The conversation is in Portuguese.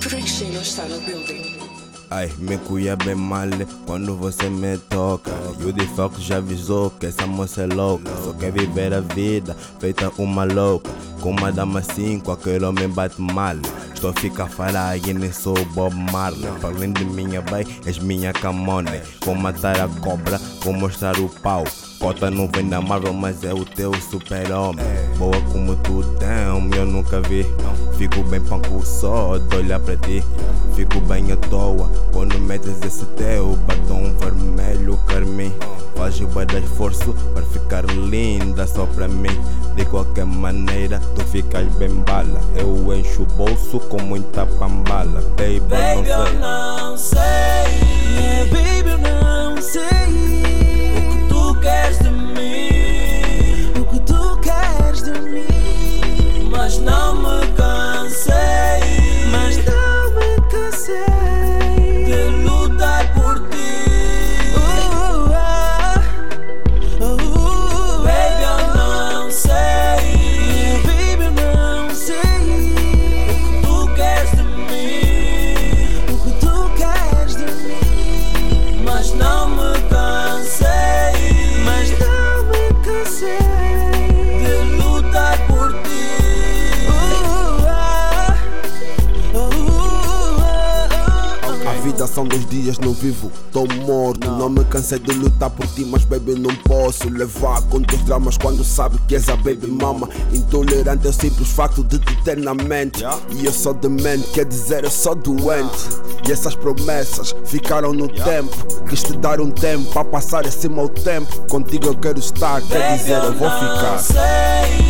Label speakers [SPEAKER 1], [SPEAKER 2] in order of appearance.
[SPEAKER 1] Christian não está no building.
[SPEAKER 2] Ai, me cuia bem mal quando você me toca. E o de Fox já avisou que essa moça é louca. Só quer viver a vida feita uma louca. Com uma dama assim, qualquer homem bate mal. Estou a ficar faragem, nem sou o Bob Marley. Para além de minha bem, és minha camone. Vou matar a cobra, vou mostrar o pau. Cota não vem da Marvel, mas é o teu super-homem. Boa como tu tem, eu nunca vi. Fico bem panco só de olhar pra ti. Fico bem à toa quando metes esse teu batom vermelho carmim. Faz bada esforço para ficar linda só pra mim. De qualquer maneira, tu ficas bem bala. Eu encho o bolso com muita pambala. Baby, não
[SPEAKER 3] Baby, eu
[SPEAKER 2] sei.
[SPEAKER 3] não sei. Yeah, É, baby, eu não sei. O que tu queres de mim. O que tu queres de mim. Mas não me cansei. Mas não me cansei. De lutar por ti. Uh, Baby, eu não sei. Baby, eu não sei. O que tu queres de mim. O que tu queres de mim. Mas não me cansei. Mas não me cansei. De lutar por ti. Uh, uh,
[SPEAKER 4] A vida são dois dias, não vivo, tô morto. Não me cansei de lutar por ti, mas baby, não posso levar com teus dramas quando sabe que és a baby mama. Intolerante é o simples facto de te ter na mente. E eu sou demente, quer dizer, eu sou doente. E essas promessas ficaram no tempo. Quis te dar um tempo para passar esse mau tempo. Contigo eu quero estar, quer dizer, eu vou
[SPEAKER 3] não
[SPEAKER 4] ficar.
[SPEAKER 3] sei. Uh, ah. ah,